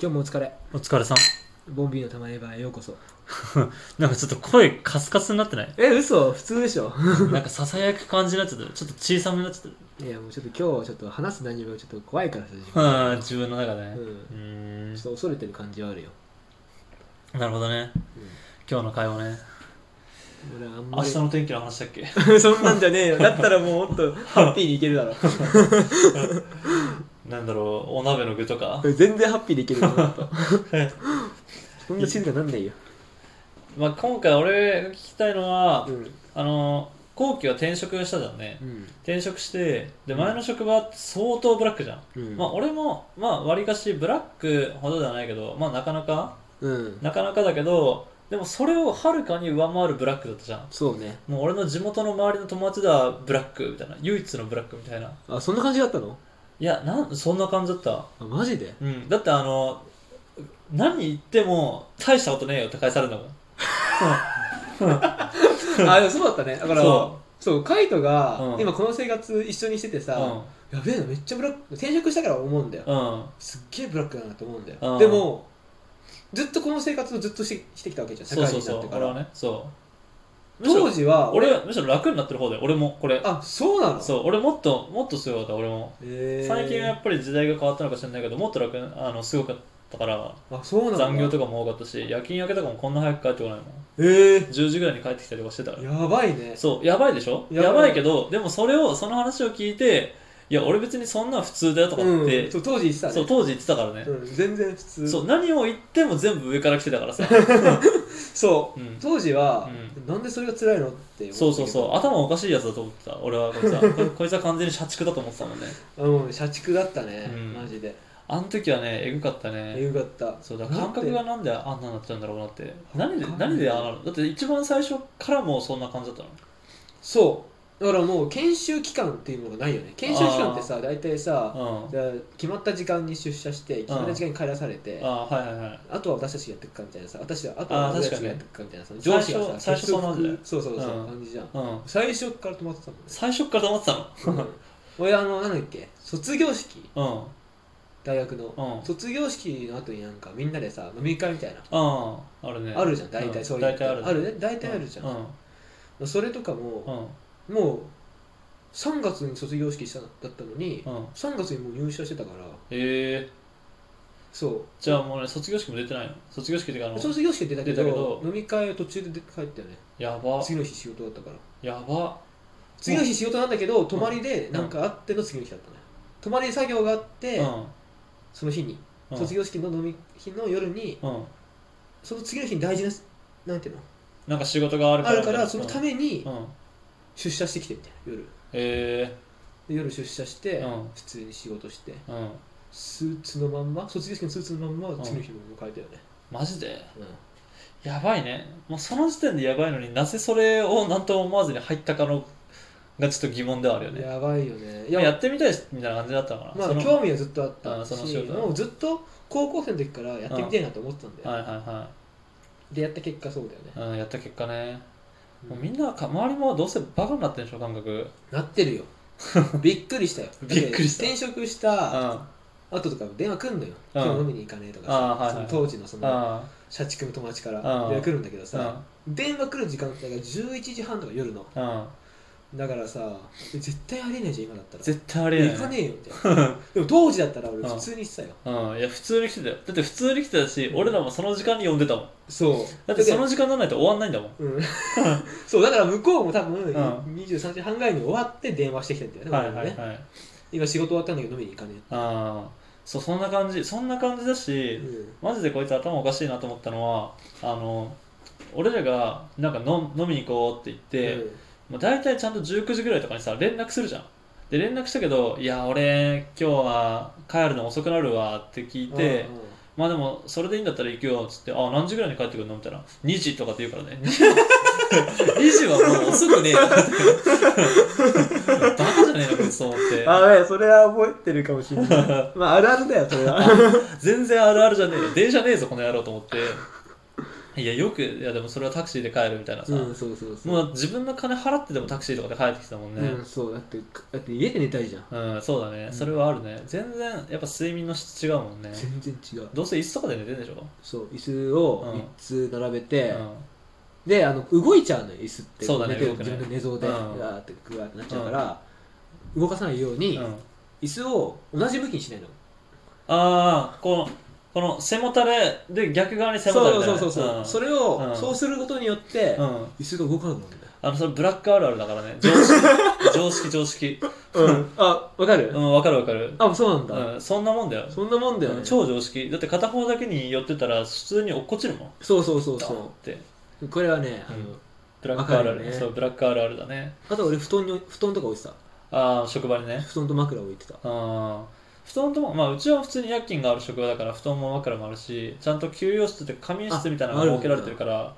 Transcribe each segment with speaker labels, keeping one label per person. Speaker 1: 今日もお疲れ
Speaker 2: お疲れさん。
Speaker 1: ボンビーの玉ねばへようこそ
Speaker 2: なんかちょっと声カスカスになってな い
Speaker 1: え嘘普通でしょ
Speaker 2: なんかささやく感じになっちゃってる。ちょっと小さめになっちゃって る。
Speaker 1: いやもうちょっと今日ちょっと話す内容がちょっと怖いからさ自分
Speaker 2: うん、自分の中でね。
Speaker 1: う
Speaker 2: うー
Speaker 1: ちょっと恐れてる感じはあるよ、
Speaker 2: ん。なるほどね。今日の会話ね。
Speaker 1: うん、俺はあん
Speaker 2: 明
Speaker 1: ま
Speaker 2: 日の天気の話だっけ
Speaker 1: りそん なんじゃねえよだったらもうもっと ハッピーにいけるだろ
Speaker 2: なんだろう、お鍋の具とか。
Speaker 1: 全然ハッピーでいけるよも っとそんな静かになんないよ、
Speaker 2: まあ今回俺が聞きたいのは
Speaker 1: う、ん
Speaker 2: あの、後期は転職したじゃんね
Speaker 1: う。ん
Speaker 2: 転職して、で、前の職場って相当ブラックじゃ
Speaker 1: う
Speaker 2: ん。
Speaker 1: ん
Speaker 2: まあ俺も、まあ割かしブラックほどではないけど、まあなかなか、
Speaker 1: うん
Speaker 2: なかなかだけど、でもそれをはるかに上回るブラックだったじゃん。
Speaker 1: そうね
Speaker 2: もう俺の地元の周りの友達ではブラックみたいな唯一のブラックみたいな
Speaker 1: あそんな感じだったの
Speaker 2: いやなんそんな感じだった
Speaker 1: あマジで
Speaker 2: うんだってあの何言っても大したことねえよって返されるんだもん
Speaker 1: あでもそうだったねだから
Speaker 2: そ
Speaker 1: そうカイトが、
Speaker 2: うん
Speaker 1: 今この生活一緒にしててさ、やべえなめっちゃブラック転職したから思うんだよ、
Speaker 2: うんうん
Speaker 1: すっげえブラックだなと思うんだよ、
Speaker 2: うん
Speaker 1: でもずっとこの生活をずっとししてきたわけじゃん社
Speaker 2: そう
Speaker 1: 会
Speaker 2: そう
Speaker 1: 人に
Speaker 2: そ
Speaker 1: なって
Speaker 2: う
Speaker 1: か
Speaker 2: 俺
Speaker 1: ら、
Speaker 2: はねそうむし
Speaker 1: 当
Speaker 2: ろ
Speaker 1: 時は
Speaker 2: 俺はむしろ楽になってる方で俺もこれ
Speaker 1: あそうなの
Speaker 2: そう俺もっともっとすごかった俺も
Speaker 1: へー
Speaker 2: 最近はやっぱり時代が変わったのか知らないけどもっと楽あのすごかったから
Speaker 1: あそうなんだ
Speaker 2: 残業とかも多かったし夜勤明けとかもこんな早く帰ってこないもん
Speaker 1: ええ
Speaker 2: 10時ぐらいに帰ってきたりとかしてたから
Speaker 1: やばいね
Speaker 2: そうやばいでしょ
Speaker 1: や
Speaker 2: や
Speaker 1: ば
Speaker 2: ば
Speaker 1: い
Speaker 2: いけどでもそれをその話を聞いていや俺別にそんなん普通だよとか
Speaker 1: う
Speaker 2: っ
Speaker 1: ん
Speaker 2: て、
Speaker 1: そう当時言ってたね
Speaker 2: そう当時言ってたからね、
Speaker 1: うん全然普通
Speaker 2: そう何を言っても全部上から来てたからさ、
Speaker 1: そう
Speaker 2: うん
Speaker 1: 当時は、
Speaker 2: う
Speaker 1: なんでそれが辛いのって思ったけど
Speaker 2: そうそうそう頭おかしいやつだと思ってた俺はこい つはここいつは完全に社畜だと思ってたもんね
Speaker 1: あもう社畜だったね、
Speaker 2: うん
Speaker 1: マジで
Speaker 2: あの時はねえぐかったね
Speaker 1: よかった
Speaker 2: そうだから感覚がなんであんなになっちゃうんだろうなって何で
Speaker 1: わかんない
Speaker 2: 何でああなるだって一番最初からもうそんな感じだったの
Speaker 1: そうだからもう研修期間っていうものがないよね研修期間ってさ大体さ
Speaker 2: うん
Speaker 1: じゃあ決まった時間に出社して決まった時間に帰らされてあ
Speaker 2: あーはいはいはい
Speaker 1: とは私たちがやっていくかみたいなさ私はあとは
Speaker 2: あー
Speaker 1: 私た
Speaker 2: 確か
Speaker 1: ちが
Speaker 2: に
Speaker 1: やっていくかみたいなさ上
Speaker 2: 最
Speaker 1: 司が
Speaker 2: 初
Speaker 1: さ
Speaker 2: 最初そうなんだよ
Speaker 1: 結束そうそうそう、
Speaker 2: うん
Speaker 1: 感じじゃん
Speaker 2: うん
Speaker 1: 最初から止まってたもん
Speaker 2: 最初から黙ってたの
Speaker 1: ね、 俺あのなんだっけ卒業式
Speaker 2: うん
Speaker 1: 大学の、
Speaker 2: うん
Speaker 1: 卒業式の後になんかみんなでさ飲み会みたいな、
Speaker 2: あああるね
Speaker 1: あるじゃん大体そういうの
Speaker 2: 大体ある
Speaker 1: あるね大体あるじゃん、
Speaker 2: う
Speaker 1: ま
Speaker 2: ん
Speaker 1: あそれとかも、
Speaker 2: うん
Speaker 1: もう3月に卒業式しただったのに、
Speaker 2: うん
Speaker 1: 3月にもう入社してたから
Speaker 2: へえ
Speaker 1: そう
Speaker 2: じゃあもうね卒業式も出てないの卒業式っていうかあの
Speaker 1: 卒業式出たけど
Speaker 2: 出たけど
Speaker 1: 飲み会途中で帰ったよね
Speaker 2: やば
Speaker 1: 次の日仕事だったから
Speaker 2: やば
Speaker 1: 次の日仕事なんだけど泊まりで何かあっての次の日だったね泊まり作業があって、
Speaker 2: うん
Speaker 1: その日に
Speaker 2: うん
Speaker 1: 卒業式の飲み日の夜に
Speaker 2: うん
Speaker 1: その次の日に大事ななんていうの
Speaker 2: なんか仕事があるか
Speaker 1: あ
Speaker 2: ら
Speaker 1: るからそのために
Speaker 2: うんうん
Speaker 1: 出社してきてみたいな夜
Speaker 2: へ
Speaker 1: で夜出社して、
Speaker 2: うん
Speaker 1: 普通に仕事して
Speaker 2: えうん
Speaker 1: スーツのまんま卒業式のスーツのまんま次の日も迎えたよね、
Speaker 2: マジで
Speaker 1: うん
Speaker 2: やばいねもうその時点でやばいのになぜそれを何とも思わずに入ったかのがちょっと疑問ではあるよね
Speaker 1: やばいよねい
Speaker 2: や
Speaker 1: や
Speaker 2: やってみたいみたいな感じだったのかな
Speaker 1: ま
Speaker 2: そ
Speaker 1: あ
Speaker 2: の
Speaker 1: 興味はずっとあった
Speaker 2: あ
Speaker 1: し
Speaker 2: その仕事
Speaker 1: もうずっと高校生の時からやってみたいなと思ってたんだよ、
Speaker 2: はいは
Speaker 1: でやった結果そうだよね
Speaker 2: い、はいうんやった結果ね
Speaker 1: うん
Speaker 2: もうみんなか周りもどうせバカになってんでしょ感覚
Speaker 1: なって るよびっくりしたよ
Speaker 2: びっくりした
Speaker 1: だて転職し
Speaker 2: うん
Speaker 1: た
Speaker 2: あ
Speaker 1: 後とか電話来んのよ、
Speaker 2: うん
Speaker 1: 今日飲みに行かねえとか
Speaker 2: あーはい
Speaker 1: さ、
Speaker 2: はい
Speaker 1: その当時のその
Speaker 2: あ
Speaker 1: 社畜の友達から
Speaker 2: うん
Speaker 1: 電話来るんだけど
Speaker 2: う
Speaker 1: さ、電話来る時間帯が11時半とか夜の
Speaker 2: んうん
Speaker 1: だからさ絶対ありえないじゃん今だったら
Speaker 2: 絶対あり
Speaker 1: 対
Speaker 2: えない
Speaker 1: 行かねえよみたい なでも当時だったら俺普通にしてたよ
Speaker 2: うん、いや普通に来てたよだって普通に来てたし俺らもその時間に呼んでたもん
Speaker 1: そう
Speaker 2: だってその時間にならないと終わんないんだもん
Speaker 1: うん そうだから向こうも多分、
Speaker 2: ん
Speaker 1: 23時半ぐらいに終わって電話してきたんだよね,
Speaker 2: は
Speaker 1: 俺
Speaker 2: い
Speaker 1: もね、
Speaker 2: はいはい
Speaker 1: 今仕事終わったんだけど飲みに行かね
Speaker 2: ああそうそんな感じそんな感じだ
Speaker 1: え、
Speaker 2: し
Speaker 1: うん
Speaker 2: マジでこいつ頭おかしいなと思ったのはあの俺らがなんか飲飲みに行こうって言って、もう大体ちゃんと19時ぐらいとかにさ連絡するじゃんで連絡したけど「いや俺今日は帰るの遅くなるわ」って聞
Speaker 1: うん
Speaker 2: いて、
Speaker 1: うんうん
Speaker 2: まあでもそれでいいんだったら行くよっつってあ何時ぐらいに帰ってくるのみたいな2時とかって言うか らね2時はもう遅くねえよバカじゃねえのこいつと思って
Speaker 1: あいやそれは覚えてるかもしれない まああるあるだよそれは
Speaker 2: 全然あるあるじゃねえよ電車ねえぞこの野郎と思っていやよくいやでもそれはタクシーで帰るみたいなさ、
Speaker 1: うんそうそうそう
Speaker 2: もう自分の金払ってでもタクシーとかで帰ってきたもんね、
Speaker 1: うん、そうだってだって家で寝たいじゃん
Speaker 2: うん、そうだね、
Speaker 1: うん
Speaker 2: それはあるね。全然、やっぱ睡眠の質違うもんね。
Speaker 1: 全然違う
Speaker 2: どうせ椅子とかで寝てんでしょ、
Speaker 1: そう椅子を
Speaker 2: うん
Speaker 1: 3つ並べて、
Speaker 2: う
Speaker 1: であの動いちゃうのよ椅子って
Speaker 2: そうだね
Speaker 1: 寝てる
Speaker 2: 動くね
Speaker 1: 自分の寝相で
Speaker 2: う
Speaker 1: うんわーってグワーってなっちゃうから、動かさないように、
Speaker 2: ん。うん、
Speaker 1: 椅子を同じ向きにしないの
Speaker 2: ああ、この、この背もたれで逆側に背もたれ
Speaker 1: そ
Speaker 2: み
Speaker 1: う
Speaker 2: たい
Speaker 1: そ
Speaker 2: な
Speaker 1: うそうそう、それを、
Speaker 2: うん
Speaker 1: そうすることによって、
Speaker 2: うん。うん
Speaker 1: 椅子が動かないもんね
Speaker 2: あの、それブラックあるあるだからね。常 識、常識、常識。
Speaker 1: うんあわかる、
Speaker 2: うん、わかるわかる。
Speaker 1: あそうなんだ、
Speaker 2: うん、そんなもんだよ。
Speaker 1: そんなもんだよね、
Speaker 2: うん超常識。だって片方だけに寄ってたら、普通に落っこちるもん。
Speaker 1: そうそうそう
Speaker 2: ドーンっ
Speaker 1: そ
Speaker 2: て。
Speaker 1: うこれはねあの、
Speaker 2: うんブラックあるあ
Speaker 1: わ
Speaker 2: る。
Speaker 1: かるね
Speaker 2: そう、ブラックあるあるだね。
Speaker 1: あと俺布団に布団とか置いてた
Speaker 2: ああ、職場にね。
Speaker 1: 布団と枕置いてた
Speaker 2: あー布団とも、まあ、うちは普通に夜勤がある職場だから布団も枕もあるしちゃんと休養室っていうか仮眠室みたいなのが
Speaker 1: あ
Speaker 2: 設けられてるから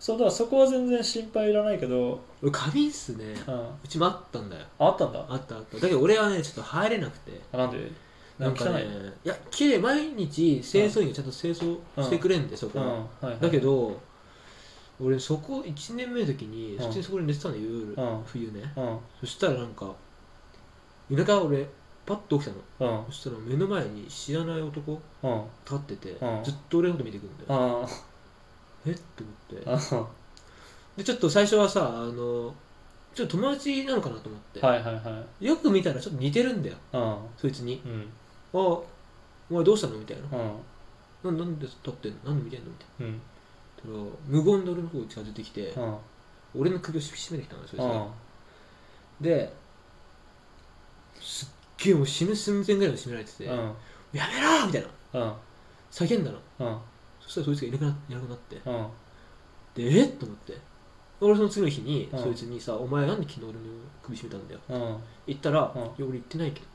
Speaker 2: そうだからそこは全然心配いらないけど、
Speaker 1: 俺花瓶っすね
Speaker 2: うん、あ
Speaker 1: うちもあったんだよ
Speaker 2: あったんだ
Speaker 1: あったあっただけど俺はねちょっと入れなくて
Speaker 2: あなんでなんか汚
Speaker 1: ねい
Speaker 2: い、
Speaker 1: や綺麗毎日清掃員がちゃんと清掃してくれんで、そこ
Speaker 2: うん
Speaker 1: は、
Speaker 2: はいはい、
Speaker 1: だけど俺そこ1年目の時に
Speaker 2: ん
Speaker 1: 普通にそこに寝てたの夜、
Speaker 2: うん
Speaker 1: 冬ね
Speaker 2: うん
Speaker 1: そしたらなんか夜中俺パッと起きたの
Speaker 2: うん
Speaker 1: そしたら目の前に知らない男
Speaker 2: うん
Speaker 1: 立ってて、
Speaker 2: うん
Speaker 1: ずっと俺のこと見てくるんだよ、
Speaker 2: あ
Speaker 1: えっと思って
Speaker 2: あは
Speaker 1: でちょっと最初はさあのちょっと友達なのかなと思って、
Speaker 2: いはいはい
Speaker 1: よく見たらちょっと似てるんだよ
Speaker 2: うん
Speaker 1: そいつに
Speaker 2: うん
Speaker 1: 「あお前どうしたの?」みたいな
Speaker 2: う
Speaker 1: 「
Speaker 2: ん
Speaker 1: なんなんで立ってんのなんで見てんの?」みたい
Speaker 2: うん
Speaker 1: なそしたら無言で俺の方に近づいてきて、
Speaker 2: うん
Speaker 1: 俺の首を絞めてきたのよそいつ
Speaker 2: うん
Speaker 1: が、ですっげえもう死ぬ寸前ぐらいまで絞められてて「
Speaker 2: うん
Speaker 1: やめろ!」みたいな
Speaker 2: うん
Speaker 1: 叫んだの
Speaker 2: うん
Speaker 1: そしたらそいつがいなくないなくなって
Speaker 2: うん
Speaker 1: でえっと思って俺その次の日に、
Speaker 2: うん
Speaker 1: そいつにさ「お前なんで昨日俺の首絞めたんだよ」
Speaker 2: うん
Speaker 1: 言ったら「
Speaker 2: うん
Speaker 1: いや俺言ってないけど」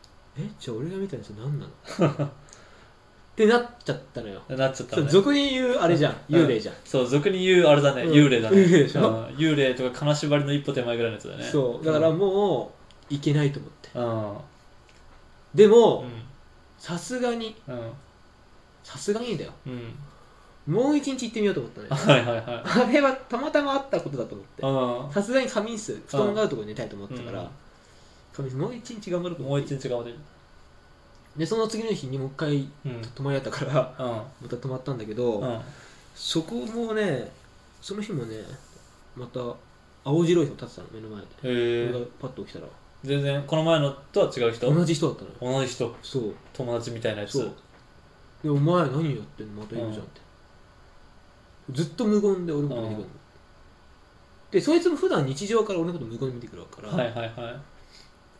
Speaker 1: えじゃあ俺が見たやつ何なの? 」 ってなっちゃったのよ、
Speaker 2: なっちゃった
Speaker 1: そ
Speaker 2: ね
Speaker 1: う俗に言うあれじゃん、
Speaker 2: うん
Speaker 1: 幽霊じゃん、
Speaker 2: そう俗に言うあれだね、
Speaker 1: うん
Speaker 2: 幽霊だね、
Speaker 1: 幽霊でしょ
Speaker 2: うん幽霊とか金縛りの一歩手前ぐらいのやつだね
Speaker 1: そうだからもう、いけないと思って
Speaker 2: うん
Speaker 1: で
Speaker 2: う
Speaker 1: も
Speaker 2: ん
Speaker 1: さすがに
Speaker 2: うん
Speaker 1: さすがにだよ
Speaker 2: うん
Speaker 1: もう一日行ってみようと思ったのよ
Speaker 2: はいはいはい
Speaker 1: あれはたまたまあったことだと思って
Speaker 2: う
Speaker 1: さすがに仮眠室布団があるところに寝たいと思ってたか
Speaker 2: うん
Speaker 1: ら仮眠室もう一日頑張ろうと
Speaker 2: んも
Speaker 1: 思
Speaker 2: う
Speaker 1: っ
Speaker 2: 一
Speaker 1: て
Speaker 2: 日頑張って
Speaker 1: でその次の日にもう一回
Speaker 2: うん
Speaker 1: 泊まりだったから
Speaker 2: うん
Speaker 1: また泊まったんだけど、
Speaker 2: うん
Speaker 1: そこもねその日もねまた青白い人立ってたの目の前で、
Speaker 2: へえ
Speaker 1: 俺がパッと起きたら
Speaker 2: 全然この前のとは違う人
Speaker 1: 同じ人だったのよ
Speaker 2: 同じ人
Speaker 1: そう
Speaker 2: 友達みたいなやつ
Speaker 1: そうでお前何やってんのまたいるじゃんって、ずっと無言で俺のこと見てくるの、でそいつも普段日常から俺のこと無言で見てくるから、、
Speaker 2: はいはいいは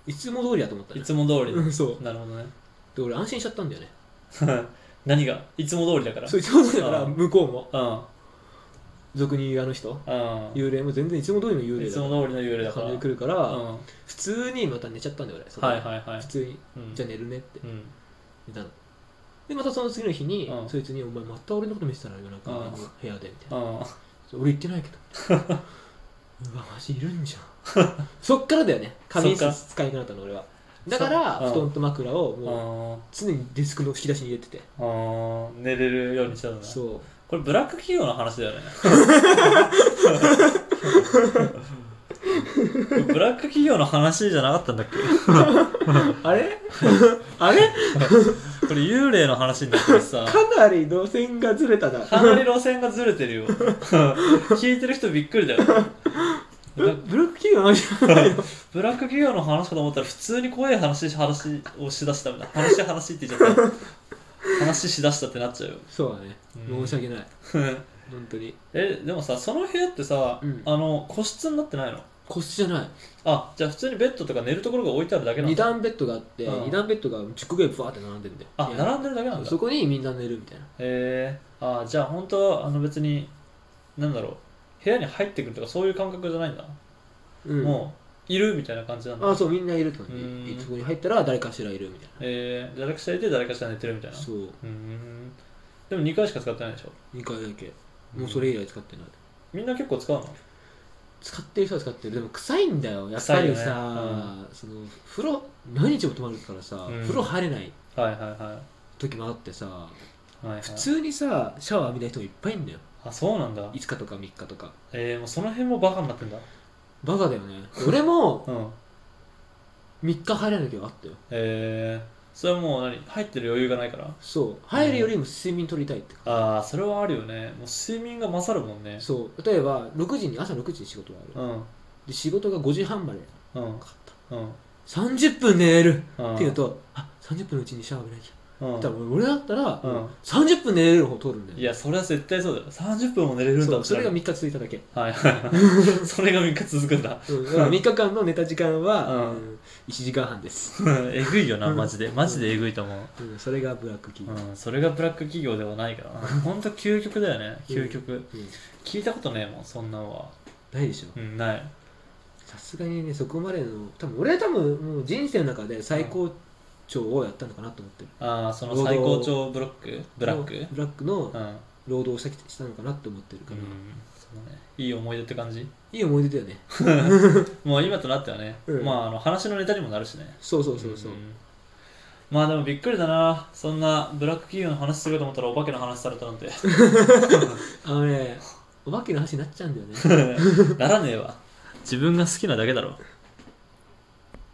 Speaker 2: い
Speaker 1: つも通りだと思った
Speaker 2: い
Speaker 1: ね
Speaker 2: つも通り
Speaker 1: うんそう
Speaker 2: なるほどね
Speaker 1: で俺安心しちゃったんだよね
Speaker 2: 何がいつも通りだから
Speaker 1: そういつも通りだから
Speaker 2: うん
Speaker 1: 向こうも
Speaker 2: うん
Speaker 1: 俗に言うあの人
Speaker 2: う
Speaker 1: 幽霊も全然いつも通りの幽
Speaker 2: ん
Speaker 1: 霊
Speaker 2: い
Speaker 1: だ
Speaker 2: つも
Speaker 1: か
Speaker 2: 通りの幽霊だ
Speaker 1: ら
Speaker 2: から
Speaker 1: 感
Speaker 2: う
Speaker 1: じ
Speaker 2: ん
Speaker 1: で来るから、
Speaker 2: は
Speaker 1: 普通にまた寝ちゃったんだよ俺
Speaker 2: い
Speaker 1: その
Speaker 2: はいはい
Speaker 1: 普通に
Speaker 2: うん
Speaker 1: じゃあ寝るねって
Speaker 2: うん
Speaker 1: 寝たのでまたその次の日に、
Speaker 2: うん
Speaker 1: そいつに「お前また俺のこと見てたら夜中、
Speaker 2: うん
Speaker 1: あの部屋で」みたいな
Speaker 2: うん
Speaker 1: 俺行って ないけどうわマジいるんじゃんそっからだよね仮眠室使いなくなったの俺はだから
Speaker 2: そっ
Speaker 1: 布
Speaker 2: か
Speaker 1: 団と枕をもう
Speaker 2: あ
Speaker 1: 常にデスクの引き出しに入れてて
Speaker 2: ー寝れるようにしたんだ
Speaker 1: そう
Speaker 2: これブラック企業の話だ よねブラック企業の話じゃなかったんだっけ
Speaker 1: あれ あれ
Speaker 2: これ幽霊の話になってさ
Speaker 1: かなり路線がずれたな
Speaker 2: かなり路線がずれてるよ聞いてる人びっくりだよ
Speaker 1: ブロブロック企業の話じゃないよ
Speaker 2: ブラック企業の話かと思ったら普通に怖い話話をしだしたみたいな話話って言っちゃった話しだしたってなっちゃうよ
Speaker 1: そうだね
Speaker 2: うん
Speaker 1: 申し訳ない 本当に
Speaker 2: えでもさその部屋ってさ、
Speaker 1: うん
Speaker 2: あの個室になってないの
Speaker 1: 個室じゃない
Speaker 2: あじゃあ普通にベッドとか寝るところが置いてあるだけなん
Speaker 1: 二
Speaker 2: だ
Speaker 1: 段ベッドがあって
Speaker 2: うん
Speaker 1: 二段ベッドが10個ぐらいブワーって並んでんだよ
Speaker 2: あ
Speaker 1: いや
Speaker 2: 並んでるだけなんだ
Speaker 1: そこにみんな寝るみたいな
Speaker 2: へえあじゃあ本当あの別になんだろう部屋に入ってくるとかそういう感覚じゃないんだ、
Speaker 1: うん
Speaker 2: もういるみたいな感じなんだ
Speaker 1: あそうみんないるって感
Speaker 2: うん
Speaker 1: じそこに入ったら誰かしらいるみたい
Speaker 2: えー、誰かしらいて誰かしら寝てるみたい
Speaker 1: な
Speaker 2: な
Speaker 1: そう
Speaker 2: うーんでも2回しか使ってないでしょ
Speaker 1: 2回だけもうそれ以来使ってない
Speaker 2: みんな結構使うの
Speaker 1: 使ってる人は使ってるでも臭いんだよやっぱりさ、その風呂何日も泊まるからさ、
Speaker 2: うん
Speaker 1: 風呂入れない
Speaker 2: はいはいはい
Speaker 1: 時もあってさ
Speaker 2: はいはい
Speaker 1: 普通にさシャワー浴びない人もいっぱいいんだよ
Speaker 2: あそうなんだ
Speaker 1: 5日とか3日とか
Speaker 2: えー、もうその辺もバカになってんだ
Speaker 1: バカだよね俺も
Speaker 2: うん
Speaker 1: 3日入らなきゃあったよ
Speaker 2: えー、それはもう何入ってる余裕がないから
Speaker 1: そう入るよりも睡眠取りたいって
Speaker 2: ああそれはあるよねもう睡眠が勝るもんね
Speaker 1: そう例えば6時に朝6時に仕事があ
Speaker 2: う
Speaker 1: る
Speaker 2: ん
Speaker 1: で仕事が5時半まで
Speaker 2: うん
Speaker 1: かかった
Speaker 2: うん
Speaker 1: 30分寝る
Speaker 2: うん
Speaker 1: っていうとあ30分のうちにシャワー浴びなきゃ
Speaker 2: うん
Speaker 1: だから俺だったら、
Speaker 2: うん
Speaker 1: 30分寝れる方取るんだよ
Speaker 2: いやそれは絶対そうだよ30分も寝れるんだ
Speaker 1: そ
Speaker 2: も
Speaker 1: うんそれが3日続いただけ、
Speaker 2: は いはいそれが3日続くんだ
Speaker 1: うん、だから3日間の寝た時間は、
Speaker 2: うん
Speaker 1: 1時間半です、
Speaker 2: えぐいよなマジでマジでえぐいと思う
Speaker 1: うん、それがブラック企業、
Speaker 2: うん、それがブラック企業ではないからな本当究極だよね
Speaker 1: うん
Speaker 2: 究極、
Speaker 1: うん
Speaker 2: 聞いたことねえもんそんなんは、
Speaker 1: ないでしょ
Speaker 2: うん、ない
Speaker 1: さすがにねそこまでの多分俺は多分もう人生の中で最高潮をやったのかなと思ってる、
Speaker 2: ああその
Speaker 1: 労
Speaker 2: 最
Speaker 1: 働
Speaker 2: 高潮ブロックブラック
Speaker 1: ブラックの
Speaker 2: うん、うん
Speaker 1: 労働をしたしたのかなと思ってるから、
Speaker 2: そうね、いい思い出って感じ
Speaker 1: いい思い出だよね
Speaker 2: もう今となってはね、
Speaker 1: うん
Speaker 2: まああの話のネタにもなるしね
Speaker 1: そうそうそうそう、
Speaker 2: んまあでもびっくりだなそんなブラック企業の話するかと思ったらお化けの話されたなん て
Speaker 1: あのねお化けの話になっちゃうんだよね
Speaker 2: ならねえわ自分が好きなだけだろ